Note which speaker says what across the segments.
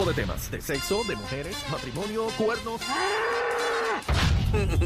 Speaker 1: de temas de sexo, de mujeres, matrimonio, cuernos.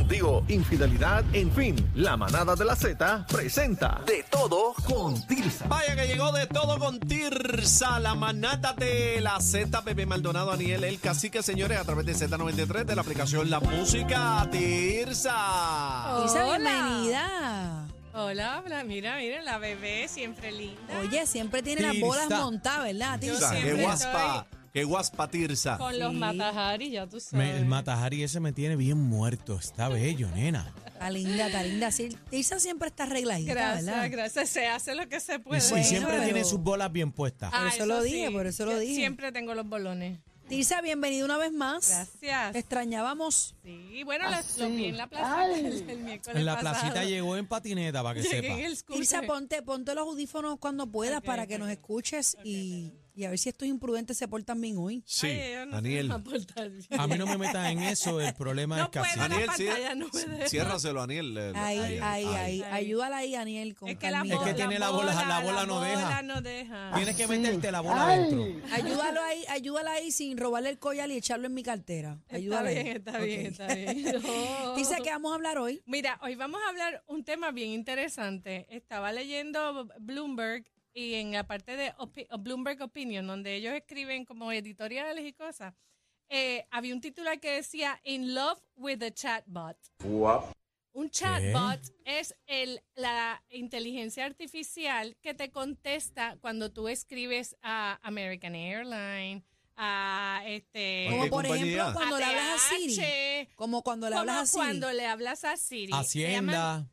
Speaker 1: Digo, infidelidad, en fin, la manada de la Z presenta De todo con Tirsa.
Speaker 2: Vaya que llegó de todo con Tirsa, la manata de la Z, Pepe Maldonado, Aniel, el cacique, señores, a través de Z93, de la aplicación La Música, Tirsa.
Speaker 3: Luisa,
Speaker 4: Hola.
Speaker 3: bienvenida.
Speaker 4: Hola, hola, mira, mira, la bebé siempre linda.
Speaker 3: Oye, siempre tiene las
Speaker 2: Tirsa.
Speaker 3: bolas montadas, ¿verdad?
Speaker 4: Yo
Speaker 3: Tirsa?
Speaker 4: sí.
Speaker 2: qué
Speaker 4: siempre
Speaker 2: guaspa, qué guaspa Tirsa.
Speaker 4: con los matajari, ya tú sabes.
Speaker 5: Me- el Matajari ese me tiene bien muerto. Está bello, nena.
Speaker 3: Está linda, está linda. Sí, Tirsa siempre está arregladita,
Speaker 4: Gracias,
Speaker 3: ¿verdad?
Speaker 4: gracias. Se hace lo que se
Speaker 5: Y,
Speaker 4: puede. Ah,
Speaker 5: sí,
Speaker 3: Bueno,
Speaker 5: siempre
Speaker 3: pero-
Speaker 5: tiene sus bolas bien puestas.
Speaker 3: por eso lo dije, por eso lo
Speaker 4: Yo
Speaker 3: dije.
Speaker 4: Siempre tengo los bolones.
Speaker 3: Tirsa, bienvenida una vez más. Te
Speaker 4: Gracias.
Speaker 3: extrañábamos.
Speaker 4: Sí,
Speaker 3: Ah,
Speaker 4: bueno, la- lo vi en la plaza el, el miércoles
Speaker 5: En la
Speaker 4: pasado.
Speaker 5: placita llegó en patineta, para que
Speaker 4: Llegué
Speaker 5: sepa.
Speaker 4: en el scooter.
Speaker 3: Tirsa, ponte, ponte los audífonos cuando puedas
Speaker 4: Ok,
Speaker 3: para que
Speaker 4: ok.
Speaker 3: nos escuches y, y a ver si estos imprudentes se portan bien hoy.
Speaker 2: Sí,
Speaker 4: Ay, yo no pues, sé
Speaker 2: Daniel.
Speaker 4: cómo portar bien.
Speaker 5: A mí no me metas en eso, el problema
Speaker 4: No
Speaker 5: es casi.
Speaker 4: puedo.
Speaker 2: Aniel,
Speaker 4: la
Speaker 2: sí,
Speaker 5: eh.
Speaker 4: pantalla no me deja.
Speaker 2: ciérraselo, Aniel. eh,
Speaker 3: Ahí, ahí, ahí.
Speaker 2: ahí.
Speaker 3: Ayúdala ahí, Aniel, con
Speaker 4: Es que la,
Speaker 3: calmita.
Speaker 5: Es que
Speaker 4: bo-
Speaker 5: tiene la bola, la bola no deja.
Speaker 4: bola no deja.
Speaker 5: Tienes que meterte la bola adentro.
Speaker 3: Ayúdalo ahí, ayúdala ahí sin robarle el collar y echarlo en mi cartera. Ayúdala
Speaker 4: Está
Speaker 3: ahí.
Speaker 4: bien, está
Speaker 3: Ok.
Speaker 4: bien, está bien. No.
Speaker 3: Tirsa, ¿qué vamos a hablar hoy?
Speaker 4: Mira, hoy vamos a hablar un tema bien interesante. Estaba leyendo Bloomberg y en la parte de opi- Bloomberg Opinion, donde ellos escriben como editoriales y cosas, eh, había un titular que decía In Love with a Chatbot. Un chatbot es el, la inteligencia artificial que te contesta cuando tú escribes a American Airlines, a este...
Speaker 2: ¿Cómo
Speaker 3: Como
Speaker 2: ¿Qué
Speaker 3: por
Speaker 2: compañía?
Speaker 3: ejemplo cuando le hablas a Siri.
Speaker 4: ATH,
Speaker 3: Como cuando le
Speaker 4: como
Speaker 3: hablas a Siri.
Speaker 4: cuando le hablas a Siri. Se
Speaker 5: Hacienda.
Speaker 4: llaman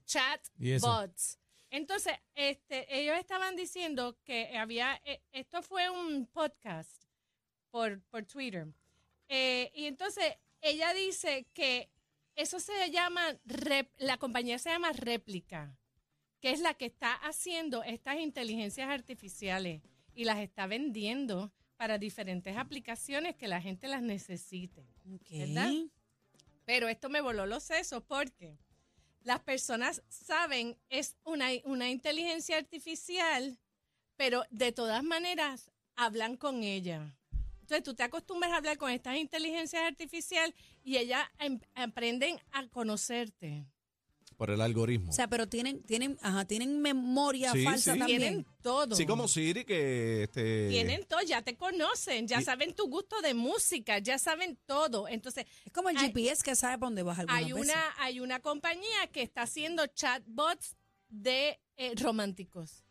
Speaker 5: Y eso.
Speaker 4: Chatbots. Entonces, este, ellos estaban diciendo que había, eh, esto fue un podcast por, por Twitter. Eh, y entonces ella dice que eso se llama, rep- la compañía se llama Réplica, que es la que está haciendo estas inteligencias artificiales y las está vendiendo para diferentes aplicaciones que la gente las necesite.
Speaker 3: Ok.
Speaker 4: ¿verdad? Pero esto me voló los sesos porque las personas saben, es una, una inteligencia artificial, pero de todas maneras hablan con ella. Entonces tú te acostumbras a hablar con estas inteligencias artificiales y ellas em- aprenden a conocerte.
Speaker 2: Por el algoritmo.
Speaker 3: O sea, pero tienen, tienen, ajá, tienen memoria
Speaker 2: Sí,
Speaker 3: falsa
Speaker 2: sí.
Speaker 3: también.
Speaker 4: Tienen todo.
Speaker 2: sí, como Siri, que este.
Speaker 4: Tienen todo, ya te conocen, ya
Speaker 2: Y-
Speaker 4: saben tu gusto de música, ya saben todo. Entonces,
Speaker 3: Es como el
Speaker 4: Hay-
Speaker 3: GPS que sabe para dónde vas algunas
Speaker 4: hay
Speaker 3: veces.
Speaker 4: una, hay una compañía que está haciendo chatbots de eh, románticos.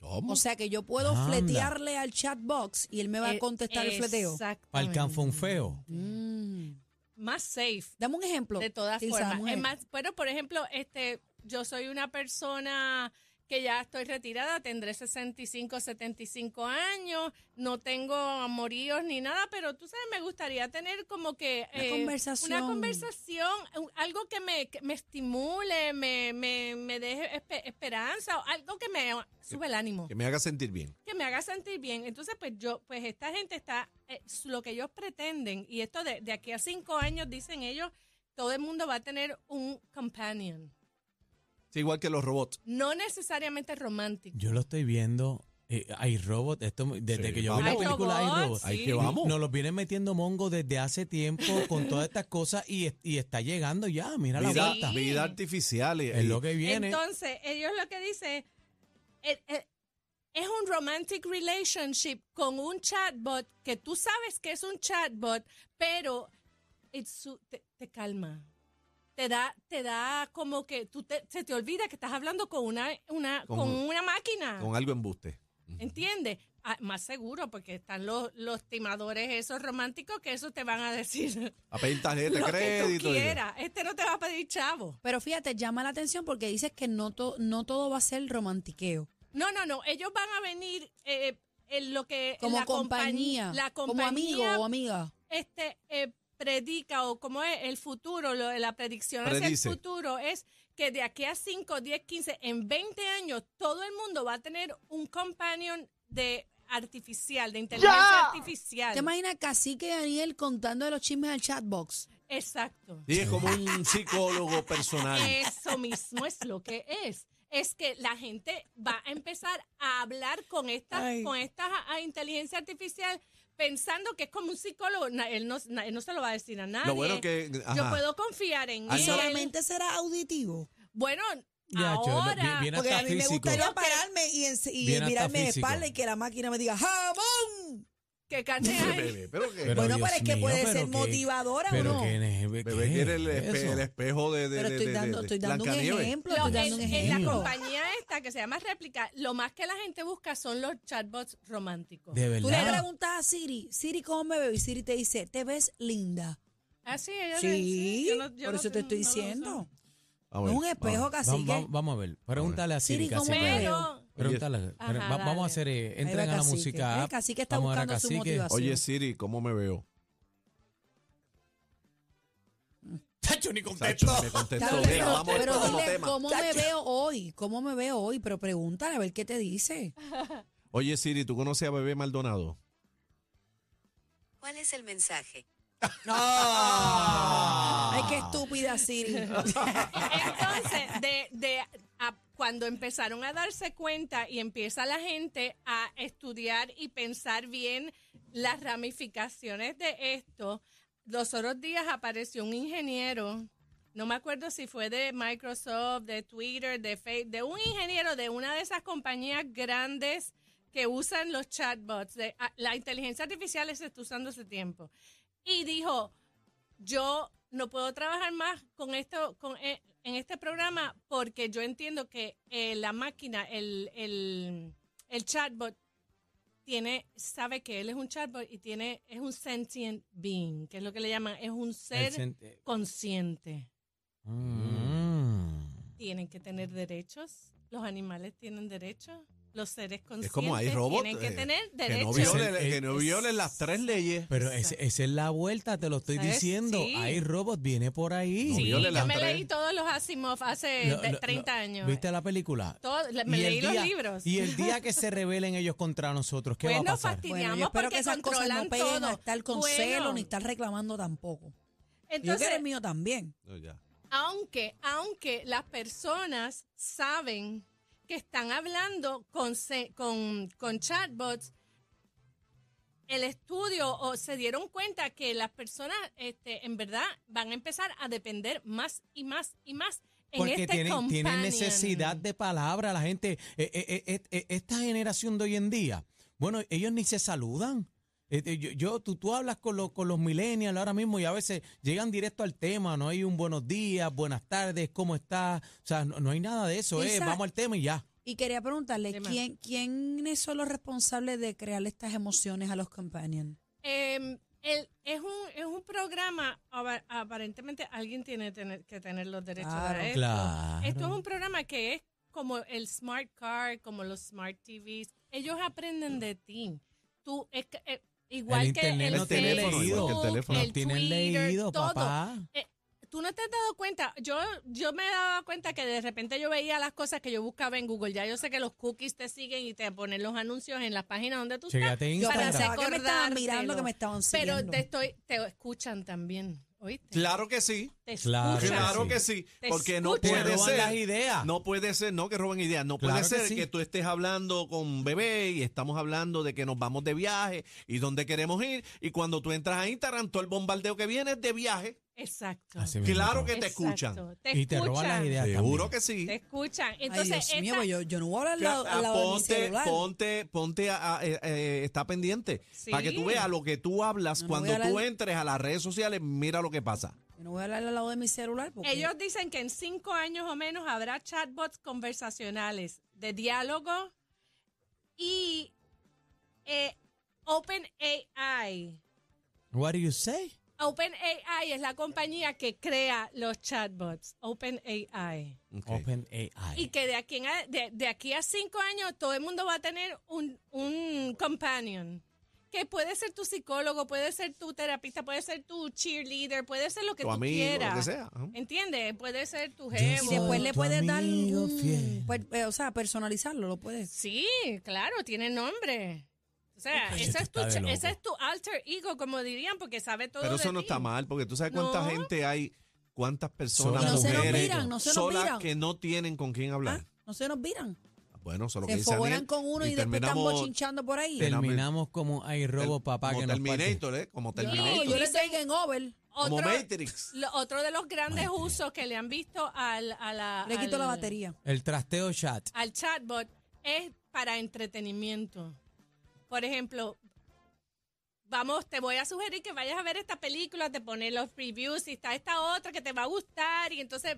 Speaker 2: ¿Cómo?
Speaker 3: O sea que yo puedo
Speaker 5: Anda.
Speaker 3: fletearle al chatbox y él me
Speaker 4: Eh,
Speaker 3: va a contestar el fleteo.
Speaker 5: Para el
Speaker 4: Exactamente.
Speaker 5: canfonfeo.
Speaker 3: Mm.
Speaker 4: Más safe,
Speaker 3: Dame un ejemplo.
Speaker 4: de todas
Speaker 3: Tirsa,
Speaker 4: formas.
Speaker 3: dame un
Speaker 4: Es
Speaker 3: ejemplo.
Speaker 4: más, bueno, por ejemplo, este, yo soy una persona que ya estoy retirada, tendré 65, 75 años, no tengo amoríos ni nada, pero tú sabes, me gustaría tener como que...
Speaker 3: Una conversación.
Speaker 4: eh, Una conversación, un- algo que me, que me estimule, me, me, me deje espe- esperanza, o algo que me sube el ánimo
Speaker 2: Que me haga sentir bien.
Speaker 4: que me haga sentir bien. Entonces, pues yo, pues esta gente está, eh, s- lo que ellos pretenden, y esto de, de aquí a cinco años, dicen ellos, todo el mundo va a tener un companion.
Speaker 2: Sí, igual que los robots.
Speaker 4: No necesariamente romántico.
Speaker 5: Yo lo estoy viendo. eh, hay robots. Esto, me- desde
Speaker 2: Sí,
Speaker 5: que yo vi la
Speaker 2: vamos.
Speaker 5: película,
Speaker 4: Hay
Speaker 5: hay
Speaker 4: robots,
Speaker 5: robots.
Speaker 4: sí. Ahí
Speaker 2: que vamos.
Speaker 5: Nos los vienen metiendo mongo desde hace tiempo con todas estas cosas y, es- y está llegando ya. Mira la
Speaker 2: Vida,
Speaker 5: vuelta.
Speaker 2: vida artificial. eh, y-
Speaker 5: Es lo que viene.
Speaker 4: Entonces, ellos lo que dicen eh, eh, es un romantic relationship con un chatbot que tú sabes que es un chatbot, pero it's su- te, te calma. Te da, te da como que tú te- se te olvida que estás hablando con una, una,
Speaker 2: Con-
Speaker 4: con, una máquina.
Speaker 2: Con algo embuste.
Speaker 4: ¿Entiendes? Ah, más seguro, porque están los, los timadores esos románticos que eso te van a decir
Speaker 2: A pedir tarjeta
Speaker 4: lo
Speaker 2: de
Speaker 4: que
Speaker 2: Este crédito.
Speaker 4: tú
Speaker 2: y-
Speaker 4: quieras. Este no te va a pedir chavo.
Speaker 3: Pero fíjate, llama la atención porque dices que no, to- no todo va a ser romantiqueo.
Speaker 4: No, no, no. Ellos van a venir eh, en lo que...
Speaker 3: Como
Speaker 4: la compañ-
Speaker 3: compañía,
Speaker 4: La compañía
Speaker 3: como amigo o amiga.
Speaker 4: este, eh, predica o como es el futuro, lo- la predicción
Speaker 2: Predice.
Speaker 4: hacia el futuro es que de aquí a 5, 10, 15, en 20 años todo el mundo va a tener un companion de artificial, de inteligencia artificial.
Speaker 3: ¿Te imaginas Cacique Daniel contando de los chismes al chatbox?
Speaker 4: Exacto.
Speaker 2: Y es como un psicólogo personal.
Speaker 3: Eh,
Speaker 4: Eso mismo es lo que es. Es que la gente va a empezar a hablar con esta,
Speaker 3: Ay.
Speaker 4: con esta a- a inteligencia artificial pensando que es como un psicólogo. Na- él, no, na- él no se lo va a decir a nadie.
Speaker 2: Lo bueno que.
Speaker 4: Yo
Speaker 2: ajá.
Speaker 4: puedo confiar
Speaker 5: Ah,
Speaker 4: en
Speaker 2: Ay,
Speaker 4: él.
Speaker 2: no.
Speaker 3: Solamente será auditivo.
Speaker 4: Bueno,
Speaker 5: Ya, che, no,
Speaker 4: ahora...
Speaker 5: bien- bien
Speaker 3: Porque
Speaker 5: hasta
Speaker 3: a mí me
Speaker 5: físico.
Speaker 3: gustaría pararme y, ens- y
Speaker 5: Bien hasta
Speaker 3: mirarme de
Speaker 5: físico.
Speaker 3: espalda y que la máquina me diga ¡Jamón!
Speaker 4: que carne
Speaker 2: Pero,
Speaker 4: hay.
Speaker 2: bebé, pero que.
Speaker 5: Pero
Speaker 3: bueno,
Speaker 5: Dios
Speaker 3: pero es que
Speaker 5: mío,
Speaker 3: puede
Speaker 5: pero
Speaker 3: ser
Speaker 5: qué-
Speaker 3: motivadora
Speaker 5: pero
Speaker 3: o no.
Speaker 5: que nene, ¿qué
Speaker 2: Bebé quiere el,
Speaker 5: es
Speaker 2: espe-
Speaker 5: eso?
Speaker 2: el espejo de. de
Speaker 3: pero
Speaker 2: de-
Speaker 3: estoy
Speaker 2: de-
Speaker 3: dando,
Speaker 2: de
Speaker 3: estoy dando un
Speaker 2: Blancanieves.
Speaker 3: ejemplo,
Speaker 4: Lo-
Speaker 3: estoy dando
Speaker 4: en,
Speaker 3: un
Speaker 4: en la
Speaker 3: ejemplo.
Speaker 4: compañía esta que se llama Réplica, lo más que la gente busca son los chatbots románticos.
Speaker 5: De
Speaker 3: Tú le
Speaker 5: verdad.
Speaker 3: preguntas a Siri, Siri, ¿cómo me veo? Y Siri te dice, te ves linda.
Speaker 4: Ah, sí, ella le-
Speaker 3: Sí,
Speaker 4: yo no- yo
Speaker 3: por
Speaker 4: no-
Speaker 3: eso te estoy
Speaker 4: no lo uso.
Speaker 3: diciendo.
Speaker 2: A
Speaker 3: No
Speaker 2: ver,
Speaker 3: es un espejo,
Speaker 2: vamos.
Speaker 5: Ah, Vamos,
Speaker 3: cacique.
Speaker 5: vamos- vamos a ver. Pregúntale a Siri.
Speaker 3: Siri, ¿cómo
Speaker 5: cacique.
Speaker 3: es?
Speaker 4: Pero
Speaker 5: Pregúntale.
Speaker 4: Ajá,
Speaker 5: Va- vamos
Speaker 4: dale.
Speaker 5: a hacer. eh,
Speaker 3: va
Speaker 5: entren a la
Speaker 3: Cacique.
Speaker 5: música.
Speaker 3: Ve,
Speaker 5: app.
Speaker 3: Cacique está
Speaker 5: Vamos a ver a
Speaker 3: buscando su
Speaker 5: Cacique.
Speaker 3: motivación.
Speaker 2: Oye, Siri, ¿cómo me veo?
Speaker 5: Tacho, ni
Speaker 2: Sacho,
Speaker 5: contestó.
Speaker 2: me
Speaker 3: Está
Speaker 2: contestó.
Speaker 3: bien,
Speaker 2: Venga, vamos
Speaker 3: pero,
Speaker 2: al
Speaker 3: pero
Speaker 2: próximo
Speaker 3: dile,
Speaker 2: tema.
Speaker 3: ¿cómo me veo hoy? ¿Cómo me veo hoy? Pero pregúntale a ver qué te dice.
Speaker 2: Oye, Siri, ¿tú conoces a Bebé Maldonado?
Speaker 6: ¿Cuál es el mensaje?
Speaker 5: Ah.
Speaker 3: Ay, qué estúpida Siri.
Speaker 4: Entonces, de, de- a- cuando empezaron a darse cuenta y empieza la gente a estudiar y pensar bien las ramificaciones de esto, los otros días apareció un ingeniero, no me acuerdo si fue de Microsoft, de Twitter, de Facebook, de un ingeniero de una de esas compañías grandes que usan los chatbots. de- a- la inteligencia artificial se está usando hace tiempo. Y dijo, yo no puedo trabajar más con esto, con, eh, en este programa, porque yo entiendo que eh, la máquina, el, el, el chatbot, tiene, sabe que él es un chatbot y tiene, es un sentient being, que es lo que le llaman, es un
Speaker 5: El
Speaker 4: ser
Speaker 5: sen- eh,
Speaker 4: consciente.
Speaker 5: mm.
Speaker 4: Tienen que tener derechos, los animales tienen derechos, los seres conscientes
Speaker 2: Es como hay robots,
Speaker 4: tienen que
Speaker 2: eh,
Speaker 4: tener
Speaker 2: Que no,
Speaker 4: derechos.
Speaker 2: violen,
Speaker 5: Es el-
Speaker 2: que no violen las tres leyes.
Speaker 5: Pero ese-
Speaker 4: Exacto.
Speaker 5: esa es la vuelta, te lo estoy
Speaker 4: ¿Sabes?
Speaker 5: diciendo.
Speaker 4: Sí.
Speaker 5: Hay robots, viene por ahí.
Speaker 4: Sí,
Speaker 2: Viole las
Speaker 4: yo me
Speaker 2: tres.
Speaker 4: leí todos los Asimov hace
Speaker 5: Lo-
Speaker 4: de-
Speaker 5: lo-
Speaker 4: 30
Speaker 5: lo-
Speaker 4: años.
Speaker 5: ¿Viste la película?
Speaker 4: Todo- le- me
Speaker 5: Y el
Speaker 4: leí los
Speaker 5: día-
Speaker 4: libros.
Speaker 5: Y el día que se rebelen ellos contra nosotros, ¿qué
Speaker 4: Pues
Speaker 5: va a
Speaker 4: nos
Speaker 5: pasar?
Speaker 4: fastidia.
Speaker 3: Bueno,
Speaker 4: Digamos
Speaker 3: yo espero
Speaker 4: porque
Speaker 3: que esas cosas no
Speaker 4: controlan
Speaker 3: peguen
Speaker 4: todo.
Speaker 3: a estar con
Speaker 4: Bueno.
Speaker 3: celo ni estar reclamando tampoco. yo
Speaker 4: Entonces,
Speaker 3: que eres mío también.
Speaker 2: No, ya.
Speaker 4: aunque, aunque las personas saben que están hablando con, se- con, con chatbots, el estudio o se dieron cuenta que las personas este, en verdad van a empezar a depender más y más y más en
Speaker 5: Porque
Speaker 4: este
Speaker 5: tienen, tienen
Speaker 4: companion.
Speaker 5: necesidad de palabra la gente. eh, eh, eh, eh, esta generación de hoy en día, bueno, ellos ni se saludan. Eh, eh, Yo, yo- tú, tú hablas con, los con los millennials ahora mismo y a veces llegan directo al tema, no hay un buenos días, buenas tardes, ¿cómo estás? O sea, no, no hay nada de eso, eh,
Speaker 3: Esa-
Speaker 5: vamos al tema y ya.
Speaker 3: Y quería preguntarle,
Speaker 4: Dime.
Speaker 3: ¿quién, ¿quiénes son los responsables de crear estas emociones a los companions?
Speaker 4: Eh, el- es, un, es un programa, ap- aparentemente alguien tiene tener- que tener los derechos
Speaker 3: Claro.
Speaker 4: a esto.
Speaker 5: Claro.
Speaker 4: Esto es un programa que es como el Smart Car, como los Smart TVs. Ellos aprenden de ti. Tú, es que, eh, igual
Speaker 5: El
Speaker 4: que
Speaker 5: internet
Speaker 4: el,
Speaker 2: no tiene
Speaker 4: Facebook,
Speaker 2: leído. Igual que el teléfono.
Speaker 4: el
Speaker 5: tienen
Speaker 4: Twitter,
Speaker 5: leído,
Speaker 4: todo.
Speaker 5: papá.
Speaker 4: Tú no te has dado cuenta, yo, yo me daba cuenta que de repente yo veía las cosas que yo buscaba en Google. Ya yo sé que los cookies te siguen y te ponen los anuncios en las páginas donde tú estás.
Speaker 5: Llegate a
Speaker 3: Yo
Speaker 4: Para
Speaker 5: Instagram.
Speaker 3: pensaba que me estaban mirando,
Speaker 4: recordártelo.
Speaker 3: que me estaban
Speaker 4: Pero
Speaker 3: siguiendo.
Speaker 4: te estoy, te escuchan también, ¿oíste?
Speaker 2: Claro que sí.
Speaker 4: Te
Speaker 5: Claro
Speaker 4: escuchan.
Speaker 2: Claro
Speaker 5: sí.
Speaker 2: que sí.
Speaker 4: Te
Speaker 2: Porque no
Speaker 4: escuchan.
Speaker 5: Te
Speaker 2: puede
Speaker 5: roban
Speaker 2: ser.
Speaker 5: las ideas.
Speaker 2: No puede ser, no que roben ideas. No
Speaker 5: Ah. Claro
Speaker 2: puede
Speaker 5: que
Speaker 2: ser que,
Speaker 5: sí.
Speaker 2: tú estés hablando con bebé y estamos hablando de que nos vamos de viaje y dónde queremos ir. Y cuando tú entras a Instagram, todo el bombardeo que viene es de viaje.
Speaker 4: Exacto.
Speaker 5: Así mismo.
Speaker 2: Claro que- te
Speaker 4: Exacto.
Speaker 2: escuchan.
Speaker 4: Te
Speaker 5: y te roban
Speaker 4: escuchan.
Speaker 5: las ideas.
Speaker 2: Seguro
Speaker 5: también.
Speaker 2: que sí.
Speaker 4: Te escuchan.
Speaker 3: Ay,
Speaker 4: Entonces,
Speaker 3: Dios mío,
Speaker 4: esta-
Speaker 3: pues yo, yo no voy a hablar al
Speaker 2: Claro,
Speaker 3: lado, al lado de mi
Speaker 2: ah, ponte,
Speaker 3: celular.
Speaker 2: ponte, ponte a, a- eh, eh, está pendiente
Speaker 4: Sí.
Speaker 2: para que tú veas lo que tú hablas
Speaker 3: No, no
Speaker 2: cuando
Speaker 3: voy a
Speaker 2: tú
Speaker 3: hablar-
Speaker 2: entres a las redes sociales. Mira lo que pasa.
Speaker 3: Yo no voy a hablar al lado de mi celular porque
Speaker 4: ellos dicen que en cinco años o menos habrá chatbots conversacionales de diálogo y eh, OpenAI.
Speaker 5: What do you say?
Speaker 4: OpenAI es la compañía que crea los chatbots. OpenAI.
Speaker 2: Ok.
Speaker 5: Open AI.
Speaker 4: Y que de aquí, en a, de, de aquí a cinco años todo el mundo va a tener un, un companion que puede ser tu psicólogo, puede ser tu terapista, puede ser tu cheerleader, puede ser lo que
Speaker 2: Tu
Speaker 4: tú
Speaker 2: amigo, lo
Speaker 4: quieras.
Speaker 2: que sea, ajá.
Speaker 4: ¿Entiendes? Puede ser tu
Speaker 5: Yo
Speaker 4: jefe.
Speaker 3: Y después le
Speaker 5: Tu
Speaker 3: puedes dar
Speaker 5: amigo
Speaker 3: un-
Speaker 5: fiel.
Speaker 3: pues, eh, o sea, personalizarlo, lo puedes.
Speaker 4: Sí, claro, tiene nombre. O sea,
Speaker 5: Ay,
Speaker 4: ese,
Speaker 5: esto
Speaker 4: es tu,
Speaker 5: está de
Speaker 4: cha- ese
Speaker 5: loco.
Speaker 4: es tu alter ego, como dirían, porque sabe todo
Speaker 2: Pero
Speaker 4: de
Speaker 2: eso no
Speaker 4: ti.
Speaker 2: está mal, porque tú sabes cuánta
Speaker 4: No.
Speaker 2: gente hay, cuántas personas,
Speaker 5: Solas. No se nos
Speaker 2: mujeres,
Speaker 3: miran, no se nos
Speaker 2: solas
Speaker 3: miran.
Speaker 2: que no tienen con quién hablar.
Speaker 3: Ah, No se nos viran.
Speaker 2: Bueno, eso es lo que
Speaker 3: Se
Speaker 2: dice
Speaker 3: fogonan
Speaker 2: Aniel,
Speaker 3: con uno y, después están
Speaker 2: terminamos
Speaker 3: bochinchando por ahí.
Speaker 2: Terminamos
Speaker 5: Terminamos como hay robo,
Speaker 2: el-
Speaker 5: papá,
Speaker 2: como
Speaker 5: que nos parte.
Speaker 2: Terminator, ¿eh? Como
Speaker 3: No,
Speaker 2: Terminator.
Speaker 3: yo les doy en over.
Speaker 4: Otro,
Speaker 2: Como Matrix.
Speaker 4: lo- otro de los grandes usos que le han visto al, a la,
Speaker 3: Le quito
Speaker 4: al-
Speaker 3: la batería.
Speaker 5: El trasteo chat.
Speaker 4: al chatbot es para entretenimiento. Por ejemplo, vamos, te voy a sugerir que vayas a ver esta película, te ponen los reviews, y está esta otra que te va a gustar, y entonces,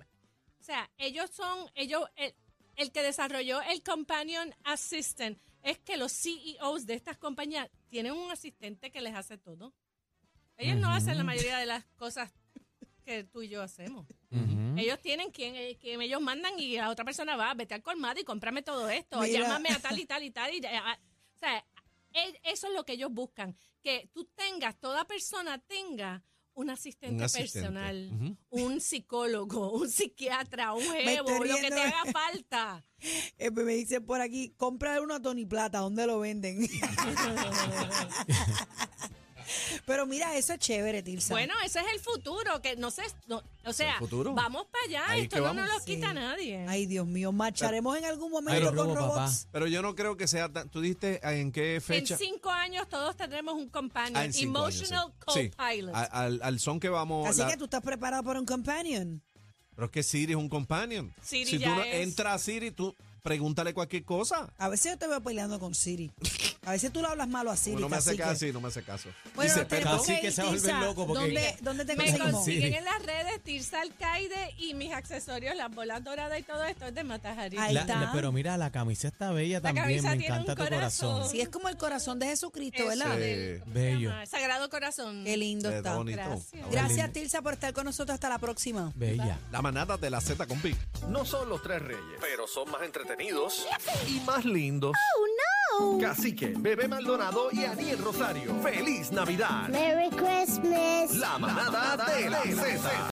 Speaker 4: o sea, ellos son, ellos, el, el que desarrolló el Companion Assistant es que los CEOs de estas compañías tienen un asistente que les hace todo. Ellos no hacen la mayoría de las cosas que tú y yo hacemos.
Speaker 5: Ujú.
Speaker 4: Ellos tienen quien, eh, quien ellos mandan y la otra persona va, vete al colmado y cómprame todo esto,
Speaker 3: Mira.
Speaker 4: llámame a tal y tal y tal. Y, eh, ah, o sea, e- eso es lo que ellos buscan, que tú tengas, toda persona tenga un asistente,
Speaker 2: Un asistente,
Speaker 4: personal,
Speaker 2: ujú.
Speaker 4: un psicólogo, un psiquiatra, un jevo, lo que
Speaker 3: riendo.
Speaker 4: te haga falta.
Speaker 3: Eh, pues me dicen por aquí, compra uno a Tony Plata, ¿dónde lo venden? Pero mira, eso es chévere, Tilsa.
Speaker 4: Bueno, ese es el futuro, que no sé, no- o sea,
Speaker 2: futuro.
Speaker 4: vamos para allá,
Speaker 2: Ahí
Speaker 4: esto
Speaker 2: que
Speaker 4: no nos
Speaker 2: vamos.
Speaker 4: lo quita
Speaker 3: Sí.
Speaker 4: nadie.
Speaker 3: Ay, Dios mío, marcharemos en algún momento
Speaker 5: Ay, robo,
Speaker 3: con robots.
Speaker 2: Pero yo no creo que sea tan... ¿Tú dijiste en qué
Speaker 4: En
Speaker 2: fecha?
Speaker 4: cinco años todos tendremos un companion,
Speaker 2: Ah, en cinco años, sí.
Speaker 4: emotional
Speaker 2: Sí.
Speaker 4: co-pilot.
Speaker 2: A- Al, al son que vamos...
Speaker 3: Así
Speaker 2: la-
Speaker 3: que tú estás preparado para un companion.
Speaker 2: Pero es que Siri es un companion.
Speaker 4: Siri
Speaker 2: si
Speaker 4: ya
Speaker 2: tú no-
Speaker 4: es-
Speaker 2: entras a Siri, tú pregúntale cualquier cosa.
Speaker 3: A veces yo te veo peleando con Siri. A veces tú le hablas malo a Siri.
Speaker 2: Bueno, no me hace
Speaker 3: cacique.
Speaker 2: caso, sí, no me hace caso.
Speaker 3: Bueno,
Speaker 2: Dice,
Speaker 3: te
Speaker 2: pero-
Speaker 5: Cacique se va a volver
Speaker 3: Tilsa,
Speaker 5: loco porque-
Speaker 3: ¿Dónde, dónde te
Speaker 4: Me
Speaker 3: conseguimos?
Speaker 5: consigue.
Speaker 4: consiguen en las redes Tirsa Alcaide y mis accesorios, las bolas doradas y todo esto es de Matajari.
Speaker 3: Ahí
Speaker 5: La-
Speaker 3: está.
Speaker 5: la- pero mira, la camisa está bella también.
Speaker 4: camisa
Speaker 5: Me
Speaker 4: tiene un
Speaker 5: encanta tu
Speaker 4: corazón.
Speaker 5: corazón.
Speaker 3: Sí, es como el corazón de Jesucristo, ¿verdad?
Speaker 2: Sí.
Speaker 5: Bello.
Speaker 4: Sagrado Corazón.
Speaker 3: Qué lindo
Speaker 2: Eh, está
Speaker 3: está.
Speaker 2: bonito.
Speaker 4: Gracias.
Speaker 2: Está
Speaker 3: Gracias,
Speaker 5: lindo.
Speaker 3: Tilsa, por estar con nosotros. Hasta la próxima.
Speaker 5: Bella.
Speaker 2: La manada de la Z con Big.
Speaker 1: No son los tres reyes, pero son más entretenidos y más lindos. ¡Oh, no! Cacique, Bebé Maldonado y Aniel Rosario. ¡Feliz Navidad!
Speaker 7: Merry Christmas.
Speaker 1: La manada de la Z.